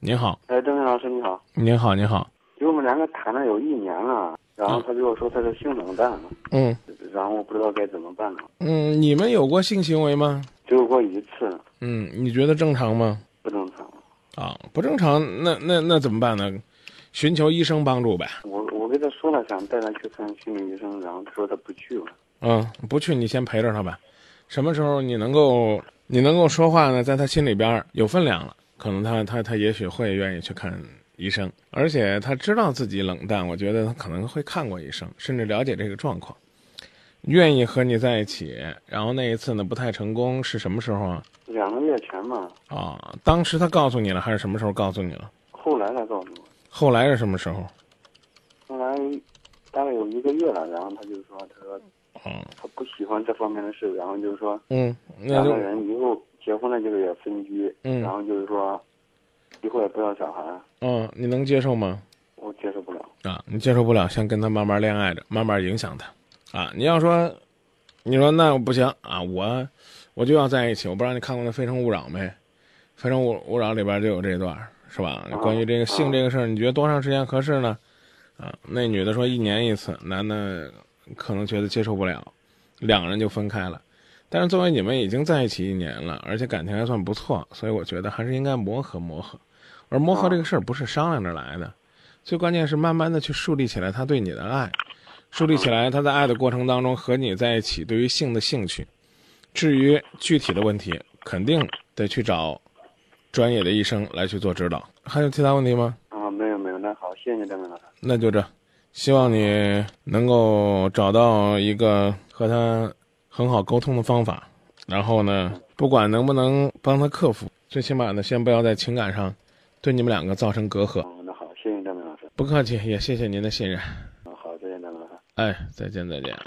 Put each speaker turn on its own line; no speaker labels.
您好，
哎，邓飞老师你好，
您好，您好。
因为我们两个谈了有一年了，然后他对我说他是性冷淡了，
嗯
然后我不知道该怎么办了，
嗯，你们有过性行为吗？
只有过一次，
嗯，你觉得正常吗？
不正常。
啊，不正常，那那那怎么办呢？寻求医生帮助呗。
我我跟他说了，想带他去看心理医生，然后他说他不去了。
嗯，不去你先陪着他吧。什么时候你能够你能够说话呢，在他心里边儿有分量了，可能他他他也许会愿意去看医生，而且他知道自己冷淡，我觉得他可能会看过医生，甚至了解这个状况，愿意和你在一起。然后那一次呢不太成功，是什么时候啊？
两个月前嘛，
啊，当时他告诉你了，还是什么时候告诉你了？
后来他告诉我，
后来是什么时候？
后来大概有一个月了，然后他就说，他说
啊，
他不喜欢这方面的事，然后就是说
嗯，那
两
就
个人以后结婚了就也分居，
嗯
然后就是说以后也不要小孩，
嗯，你能接受吗？
我接受不了。
啊，你接受不了，先跟他慢慢恋爱着，慢慢影响他。啊，你要说，你说那不行啊，我我就要在一起。我不知道你看过那《非诚勿扰》没？《非诚勿勿扰》里边就有这段儿，是吧？关于这个性这个事儿，你觉得多长时间合适呢？啊，那女的说一年一次，男的可能觉得接受不了，两个人就分开了。但是作为你们已经在一起一年了，而且感情还算不错，所以我觉得还是应该磨合磨合。而磨合这个事儿不是商量着来的，最关键是慢慢的去树立起来他对你的爱，树立起来他在爱的过程当中和你在一起对于性的兴趣。至于具体的问题，肯定得去找专业的医生来去做指导。还有其他问题吗？
啊，没有没有，那好，谢谢你，邓明老师。
那就这，希望你能够找到一个和他很好沟通的方法，然后呢，不管能不能帮他克服，最起码呢，先不要在情感上对你们两个造成隔阂。
嗯，那好，谢谢你，邓明老师。
不客气，也谢谢您的信任。
嗯，好，再见，邓明老师。
哎，再见，再见啊。